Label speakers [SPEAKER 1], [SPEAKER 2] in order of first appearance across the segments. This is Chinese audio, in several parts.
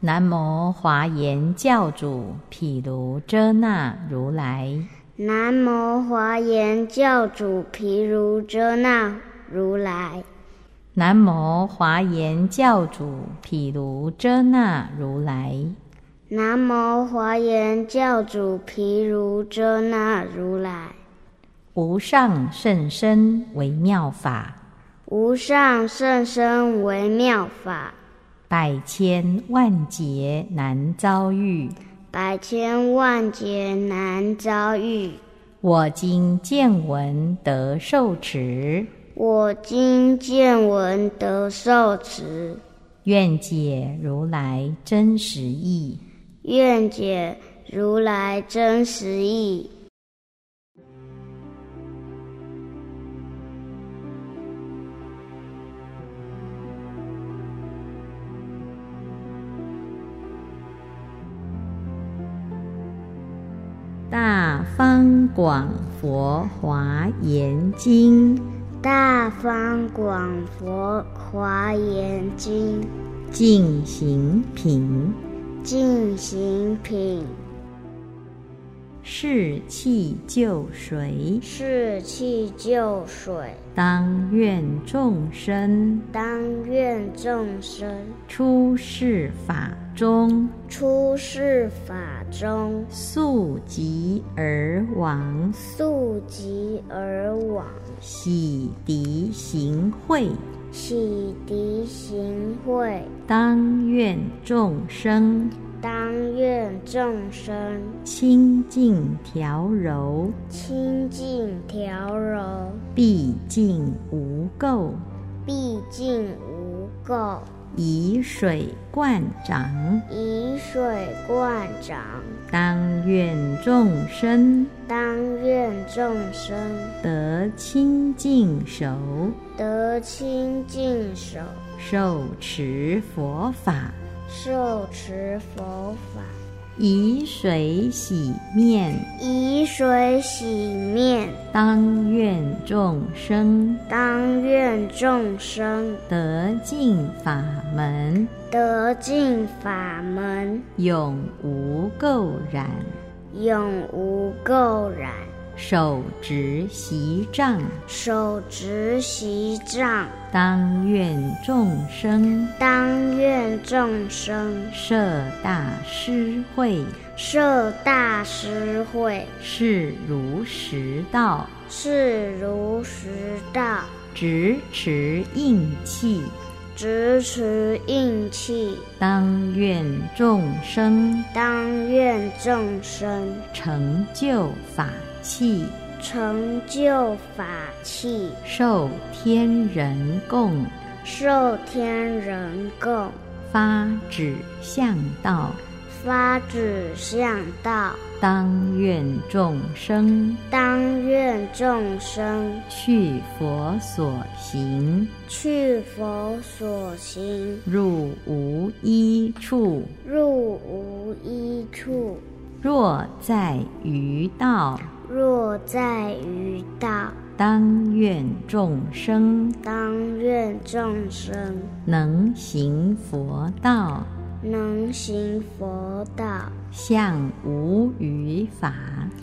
[SPEAKER 1] 南无华严教主毗卢遮那如来，
[SPEAKER 2] 南无华严教主毗卢遮那如来，
[SPEAKER 1] 南无华严教主毗卢遮那如来。
[SPEAKER 2] 南无华严教主毗卢遮那如来，
[SPEAKER 1] 无上甚深微妙法，
[SPEAKER 2] 无上甚深微妙法，
[SPEAKER 1] 百千万劫难遭遇。
[SPEAKER 2] 百千万劫难遭遇。
[SPEAKER 1] 我今见闻得受持，
[SPEAKER 2] 我今见闻得受持，
[SPEAKER 1] 愿解如来真实义。
[SPEAKER 2] 愿解如来真实义。
[SPEAKER 1] 大方广佛华严经，
[SPEAKER 2] 大方广佛华严经
[SPEAKER 1] 净行品。
[SPEAKER 2] 净行品，
[SPEAKER 1] 是气救谁？
[SPEAKER 2] 是气救水，
[SPEAKER 1] 当愿众生
[SPEAKER 2] 当愿众生
[SPEAKER 1] 出世法中，
[SPEAKER 2] 出世法中，
[SPEAKER 1] 速疾而亡，
[SPEAKER 2] 速疾而往，
[SPEAKER 1] 洗涤行秽。
[SPEAKER 2] 洗涤行秽。
[SPEAKER 1] 当愿众生
[SPEAKER 2] 当愿众生
[SPEAKER 1] 清净调柔，
[SPEAKER 2] 清净调柔，
[SPEAKER 1] 毕竟无垢，
[SPEAKER 2] 毕竟无垢。
[SPEAKER 1] 以水灌掌。
[SPEAKER 2] 以水灌掌，
[SPEAKER 1] 当愿众生
[SPEAKER 2] 当愿众生
[SPEAKER 1] 得清净手，
[SPEAKER 2] 得清净手，
[SPEAKER 1] 受持佛法，
[SPEAKER 2] 受持佛法，
[SPEAKER 1] 以水洗面。
[SPEAKER 2] 以水洗面。
[SPEAKER 1] 当愿众生
[SPEAKER 2] 当愿众生
[SPEAKER 1] 得尽法门，
[SPEAKER 2] 得尽法门，
[SPEAKER 1] 永无垢染，
[SPEAKER 2] 永无垢染。
[SPEAKER 1] 手执席杖。
[SPEAKER 2] 手执席杖，
[SPEAKER 1] 当愿众生
[SPEAKER 2] 当愿众生
[SPEAKER 1] 摄大施慧，
[SPEAKER 2] 摄大施慧，
[SPEAKER 1] 是如实道，
[SPEAKER 2] 是如实道，
[SPEAKER 1] 直持应气。
[SPEAKER 2] 直持应气。
[SPEAKER 1] 当愿众生
[SPEAKER 2] 当愿众生
[SPEAKER 1] 成就法器，
[SPEAKER 2] 成就法器，
[SPEAKER 1] 受天人供，
[SPEAKER 2] 受天人供，
[SPEAKER 1] 发指向道。
[SPEAKER 2] 发指向道。
[SPEAKER 1] 当愿众生
[SPEAKER 2] 当愿众生
[SPEAKER 1] 去佛所行，
[SPEAKER 2] 去佛所行，
[SPEAKER 1] 入无一处。
[SPEAKER 2] 入无一处。
[SPEAKER 1] 若在于道，
[SPEAKER 2] 若在于道，
[SPEAKER 1] 当愿众生
[SPEAKER 2] 当愿众生
[SPEAKER 1] 能行佛道，
[SPEAKER 2] 能行佛道，
[SPEAKER 1] 向无余法，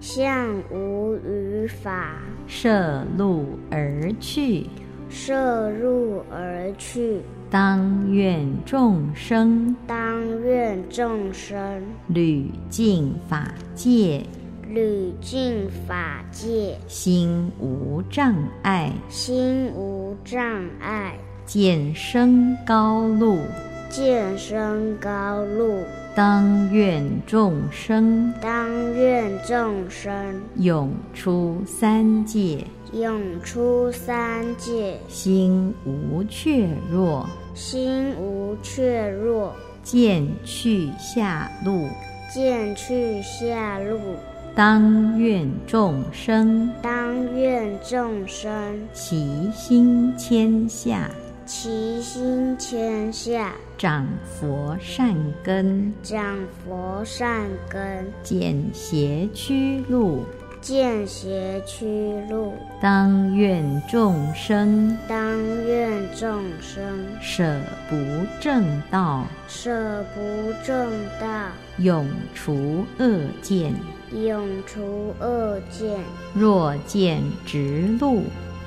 [SPEAKER 2] 向无余法，
[SPEAKER 1] 摄路而去。
[SPEAKER 2] 摄入而去。
[SPEAKER 1] 当愿众生
[SPEAKER 2] 当愿众生
[SPEAKER 1] 屡尽法界，
[SPEAKER 2] 屡尽法界，
[SPEAKER 1] 心无障碍，
[SPEAKER 2] 心无障碍，
[SPEAKER 1] 见生高路。
[SPEAKER 2] 见生高路。
[SPEAKER 1] 当愿众生
[SPEAKER 2] 当愿众生
[SPEAKER 1] 永出三界，
[SPEAKER 2] 永出三界，
[SPEAKER 1] 心无怯弱，
[SPEAKER 2] 心无怯弱，
[SPEAKER 1] 渐去下路。
[SPEAKER 2] 见去下路，
[SPEAKER 1] 当愿众生
[SPEAKER 2] 当愿众生
[SPEAKER 1] 齐心谦下，
[SPEAKER 2] 齐心谦下，
[SPEAKER 1] 长佛善根，
[SPEAKER 2] 长佛善根，
[SPEAKER 1] 减邪驱路。
[SPEAKER 2] 见邪驱路。
[SPEAKER 1] 当愿众生
[SPEAKER 2] 当愿众生
[SPEAKER 1] 舍不正道，
[SPEAKER 2] 舍不正道，
[SPEAKER 1] 永除恶见。
[SPEAKER 2] 永除恶见。
[SPEAKER 1] 若见直路，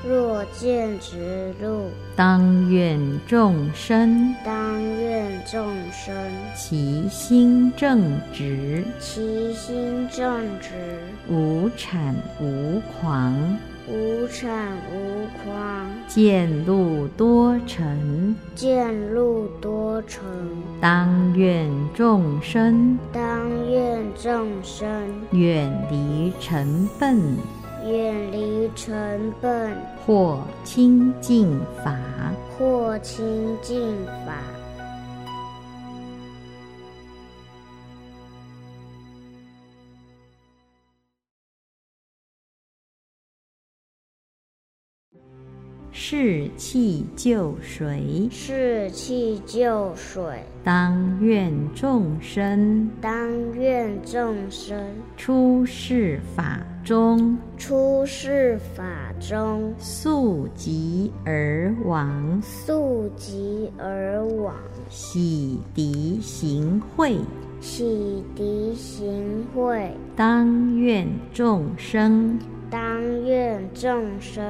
[SPEAKER 2] 若见直路，
[SPEAKER 1] 当愿众生
[SPEAKER 2] 当愿众生
[SPEAKER 1] 其心正直，
[SPEAKER 2] 其心正直，
[SPEAKER 1] 无产无狂，
[SPEAKER 2] 无产无狂，
[SPEAKER 1] 见路多尘。
[SPEAKER 2] 见路多成。
[SPEAKER 1] 当愿众生
[SPEAKER 2] 当愿众生
[SPEAKER 1] 远离尘笨，
[SPEAKER 2] 远离尘笨，
[SPEAKER 1] 或清净法。
[SPEAKER 2] 获清净法。
[SPEAKER 1] 是气救谁？
[SPEAKER 2] 是气救水，
[SPEAKER 1] 当愿众生
[SPEAKER 2] 当愿众生
[SPEAKER 1] 出世法中，
[SPEAKER 2] 出世法中，
[SPEAKER 1] 速疾而亡，
[SPEAKER 2] 速疾而往，
[SPEAKER 1] 洗涤行秽。
[SPEAKER 2] 洗涤行秽。
[SPEAKER 1] 当愿众生
[SPEAKER 2] 当愿众生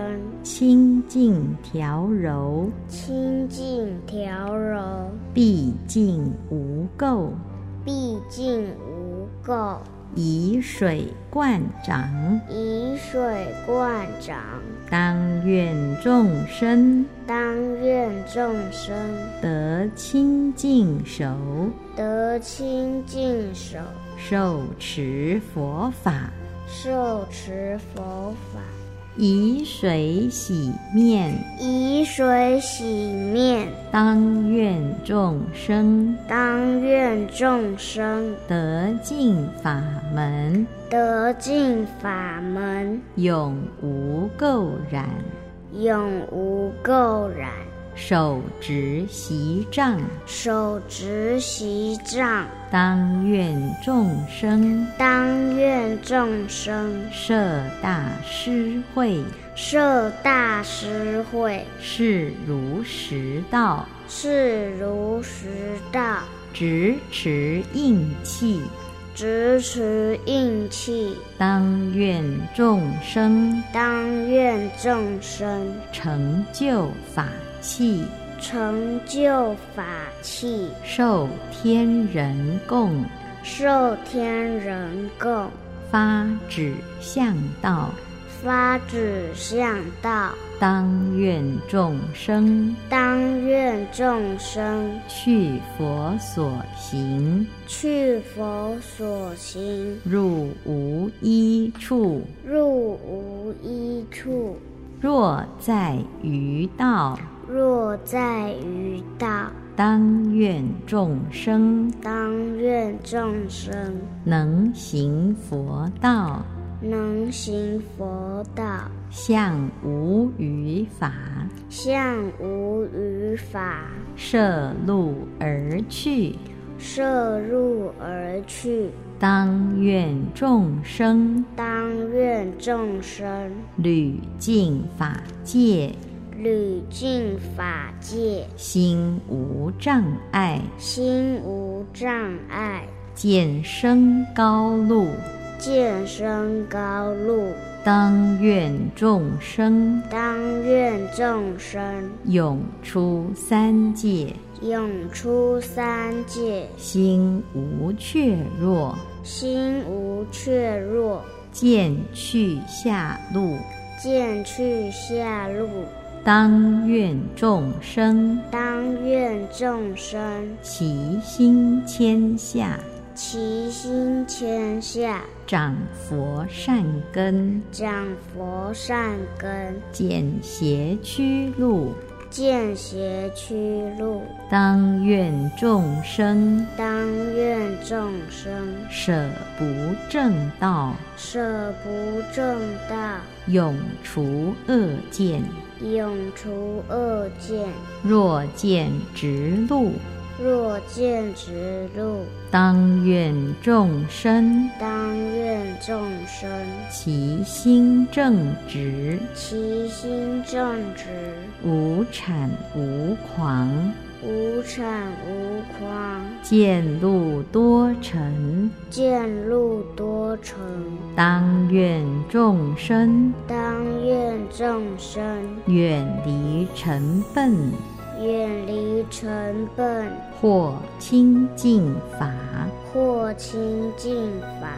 [SPEAKER 1] 清净调柔，
[SPEAKER 2] 清净调柔，
[SPEAKER 1] 毕竟无垢，
[SPEAKER 2] 毕竟无垢。
[SPEAKER 1] 以水灌掌。
[SPEAKER 2] 以水灌掌，
[SPEAKER 1] 当愿众生
[SPEAKER 2] 当愿众生
[SPEAKER 1] 得清净手，
[SPEAKER 2] 得清净手，
[SPEAKER 1] 受持佛法，
[SPEAKER 2] 受持佛法。
[SPEAKER 1] 以水洗面。
[SPEAKER 2] 以水洗面，
[SPEAKER 1] 当愿众生
[SPEAKER 2] 当愿众生
[SPEAKER 1] 得进法门，
[SPEAKER 2] 得进法门，
[SPEAKER 1] 永无垢染，
[SPEAKER 2] 永无垢染。
[SPEAKER 1] 手执席杖。
[SPEAKER 2] 手执席杖，
[SPEAKER 1] 当愿众生
[SPEAKER 2] 当愿众生
[SPEAKER 1] 摄大施慧，
[SPEAKER 2] 摄大施慧，
[SPEAKER 1] 是如实道，
[SPEAKER 2] 是如实道，
[SPEAKER 1] 直持应气。
[SPEAKER 2] 直持应气。
[SPEAKER 1] 当愿众生
[SPEAKER 2] 当愿众生
[SPEAKER 1] 成就法器，
[SPEAKER 2] 成就法器，
[SPEAKER 1] 受天人供，
[SPEAKER 2] 受天人供，
[SPEAKER 1] 发指向道。
[SPEAKER 2] 发指向道。
[SPEAKER 1] 当愿众生
[SPEAKER 2] 当愿众生
[SPEAKER 1] 去佛所行，
[SPEAKER 2] 去佛所行，
[SPEAKER 1] 入无一处。
[SPEAKER 2] 入无一处。
[SPEAKER 1] 若在于道，
[SPEAKER 2] 若在于道，
[SPEAKER 1] 当愿众生
[SPEAKER 2] 当愿众生
[SPEAKER 1] 能行佛道，
[SPEAKER 2] 能行佛道，
[SPEAKER 1] 向无余法，
[SPEAKER 2] 向无余法，
[SPEAKER 1] 摄路而去。
[SPEAKER 2] 摄入而去。
[SPEAKER 1] 当愿众生
[SPEAKER 2] 当愿众生
[SPEAKER 1] 屡尽法界，
[SPEAKER 2] 屡尽法界，
[SPEAKER 1] 心无障碍，
[SPEAKER 2] 心无障碍，
[SPEAKER 1] 见生高路。
[SPEAKER 2] 见生高路。
[SPEAKER 1] 当愿众生
[SPEAKER 2] 当愿众生
[SPEAKER 1] 永出三界，
[SPEAKER 2] 永出三界，
[SPEAKER 1] 心无怯弱，
[SPEAKER 2] 心无怯弱。
[SPEAKER 1] 见去下路。
[SPEAKER 2] 见去下路，
[SPEAKER 1] 当愿众生
[SPEAKER 2] 当愿众生
[SPEAKER 1] 齐心谦下，
[SPEAKER 2] 齐心谦下，
[SPEAKER 1] 长佛善根，
[SPEAKER 2] 长佛善根，
[SPEAKER 1] 减邪驱路。
[SPEAKER 2] 见邪驱路，
[SPEAKER 1] 当愿众生
[SPEAKER 2] 当愿众生
[SPEAKER 1] 舍不正道，
[SPEAKER 2] 舍不正道，
[SPEAKER 1] 永除恶见。
[SPEAKER 2] 永除恶见。
[SPEAKER 1] 若见直路，
[SPEAKER 2] 若见直路，
[SPEAKER 1] 当愿众生
[SPEAKER 2] 当愿众生
[SPEAKER 1] 其心正直，
[SPEAKER 2] 其心正直，
[SPEAKER 1] 无产无狂，
[SPEAKER 2] 无产无狂，
[SPEAKER 1] 见路多尘。
[SPEAKER 2] 见路多成。
[SPEAKER 1] 当愿众生
[SPEAKER 2] 当愿众生
[SPEAKER 1] 远离尘笨，
[SPEAKER 2] 远离尘笨，
[SPEAKER 1] 获清净法。
[SPEAKER 2] 获清净法。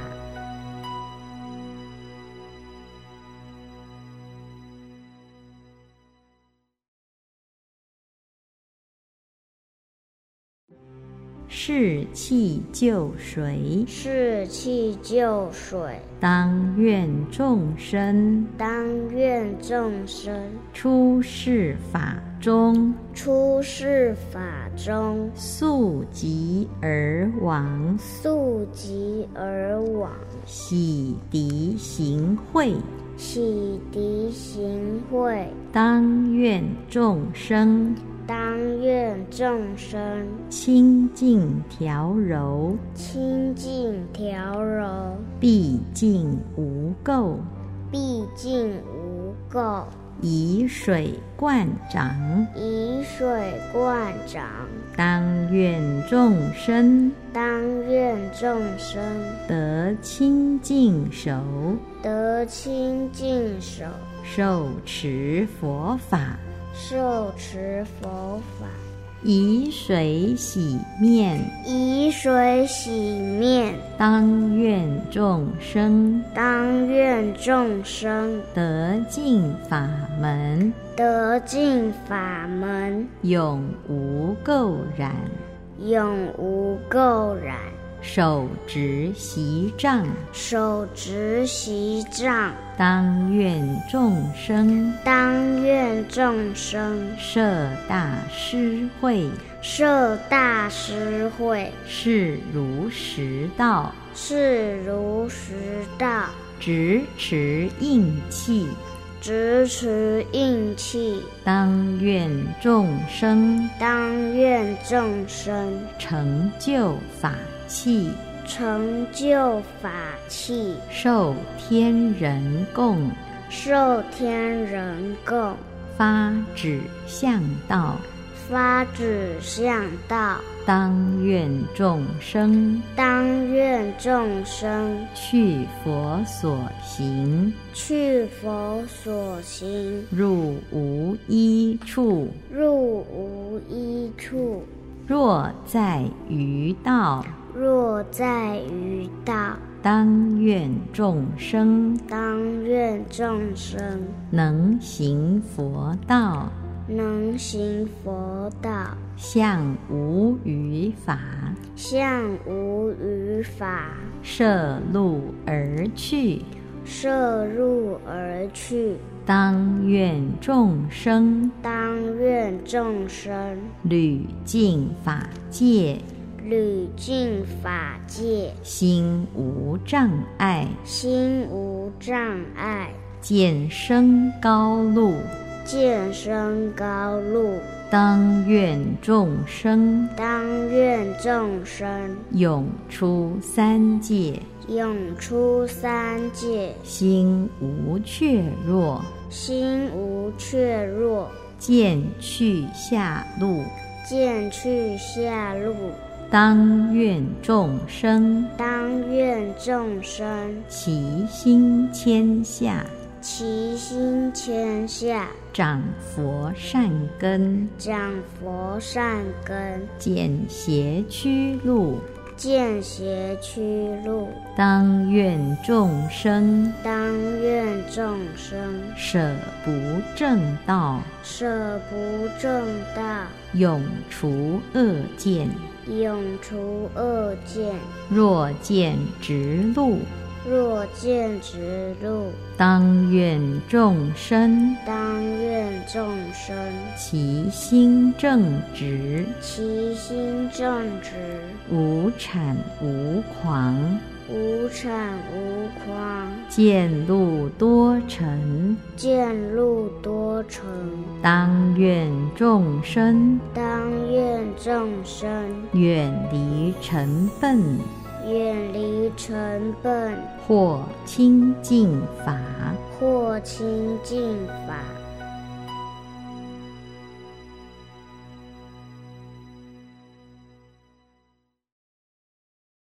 [SPEAKER 1] 是气救谁？
[SPEAKER 2] 是气救水，
[SPEAKER 1] 当愿众生
[SPEAKER 2] 当愿众生
[SPEAKER 1] 出世法中，
[SPEAKER 2] 出世法中，
[SPEAKER 1] 速疾而亡，
[SPEAKER 2] 速疾而往，
[SPEAKER 1] 洗涤行秽。
[SPEAKER 2] 洗涤行秽。
[SPEAKER 1] 当愿众生
[SPEAKER 2] 当愿众生
[SPEAKER 1] 清净调柔，
[SPEAKER 2] 清净调柔，
[SPEAKER 1] 毕竟无垢，
[SPEAKER 2] 毕竟无垢，
[SPEAKER 1] 以水灌掌。
[SPEAKER 2] 以水灌掌。
[SPEAKER 1] 当愿众生
[SPEAKER 2] 当愿众生
[SPEAKER 1] 得清净手，
[SPEAKER 2] 得清净手，
[SPEAKER 1] 受持佛法，
[SPEAKER 2] 受持佛法，
[SPEAKER 1] 以水洗面。
[SPEAKER 2] 以水洗面。
[SPEAKER 1] 当愿众生
[SPEAKER 2] 当愿众生
[SPEAKER 1] 得尽法门，
[SPEAKER 2] 得进法门，
[SPEAKER 1] 永无垢染，
[SPEAKER 2] 永无垢染。
[SPEAKER 1] 手执席杖。
[SPEAKER 2] 手执席杖，
[SPEAKER 1] 当愿众生
[SPEAKER 2] 当愿众生
[SPEAKER 1] 摄大施慧，
[SPEAKER 2] 摄大施慧，
[SPEAKER 1] 是如实道，
[SPEAKER 2] 是如实道，
[SPEAKER 1] 直持应气。
[SPEAKER 2] 直持应气。
[SPEAKER 1] 当愿众生
[SPEAKER 2] 当愿众生
[SPEAKER 1] 成就法器，
[SPEAKER 2] 成就法器，
[SPEAKER 1] 受天人供，
[SPEAKER 2] 受天人供，
[SPEAKER 1] 发指向道。
[SPEAKER 2] 发指向道。
[SPEAKER 1] 当愿众生
[SPEAKER 2] 当愿众生
[SPEAKER 1] 去佛所行，
[SPEAKER 2] 去佛所行，
[SPEAKER 1] 入无一处。
[SPEAKER 2] 入无一处。
[SPEAKER 1] 若在于道，
[SPEAKER 2] 若在于道，
[SPEAKER 1] 当愿众生
[SPEAKER 2] 当愿众生
[SPEAKER 1] 能行佛道，
[SPEAKER 2] 能行佛道，
[SPEAKER 1] 向无余法，
[SPEAKER 2] 向无余法，
[SPEAKER 1] 摄路而去。
[SPEAKER 2] 摄入而去。
[SPEAKER 1] 当愿众生
[SPEAKER 2] 当愿众生
[SPEAKER 1] 屡尽法界，
[SPEAKER 2] 屡尽法界，
[SPEAKER 1] 心无障碍，
[SPEAKER 2] 心无障碍，
[SPEAKER 1] 见生高路。
[SPEAKER 2] 见生高路。
[SPEAKER 1] 当愿众生
[SPEAKER 2] 当愿众生
[SPEAKER 1] 永出三界，
[SPEAKER 2] 永出三界，
[SPEAKER 1] 心无怯弱，
[SPEAKER 2] 心无怯弱，
[SPEAKER 1] 见去下路。
[SPEAKER 2] 渐去下路。
[SPEAKER 1] 当愿众生
[SPEAKER 2] 当愿众生
[SPEAKER 1] 其心谦下，
[SPEAKER 2] 齐心谦下，
[SPEAKER 1] 长佛善根，
[SPEAKER 2] 讲佛善根，
[SPEAKER 1] 减邪驱路。
[SPEAKER 2] 见邪驱路。
[SPEAKER 1] 当愿众生
[SPEAKER 2] 当愿众生
[SPEAKER 1] 舍不正道，
[SPEAKER 2] 舍不正道，
[SPEAKER 1] 永除恶见。
[SPEAKER 2] 永除恶见。
[SPEAKER 1] 若见直路，
[SPEAKER 2] 若见直路，
[SPEAKER 1] 当愿众生
[SPEAKER 2] 当愿众生
[SPEAKER 1] 其心正直，
[SPEAKER 2] 其心正直，
[SPEAKER 1] 无产无狂，
[SPEAKER 2] 无产无狂，
[SPEAKER 1] 见路多尘。
[SPEAKER 2] 见路多成。
[SPEAKER 1] 当愿众生
[SPEAKER 2] 当愿众生
[SPEAKER 1] 远离尘笨，
[SPEAKER 2] 远离尘本，
[SPEAKER 1] 或清净法。
[SPEAKER 2] 或清净法。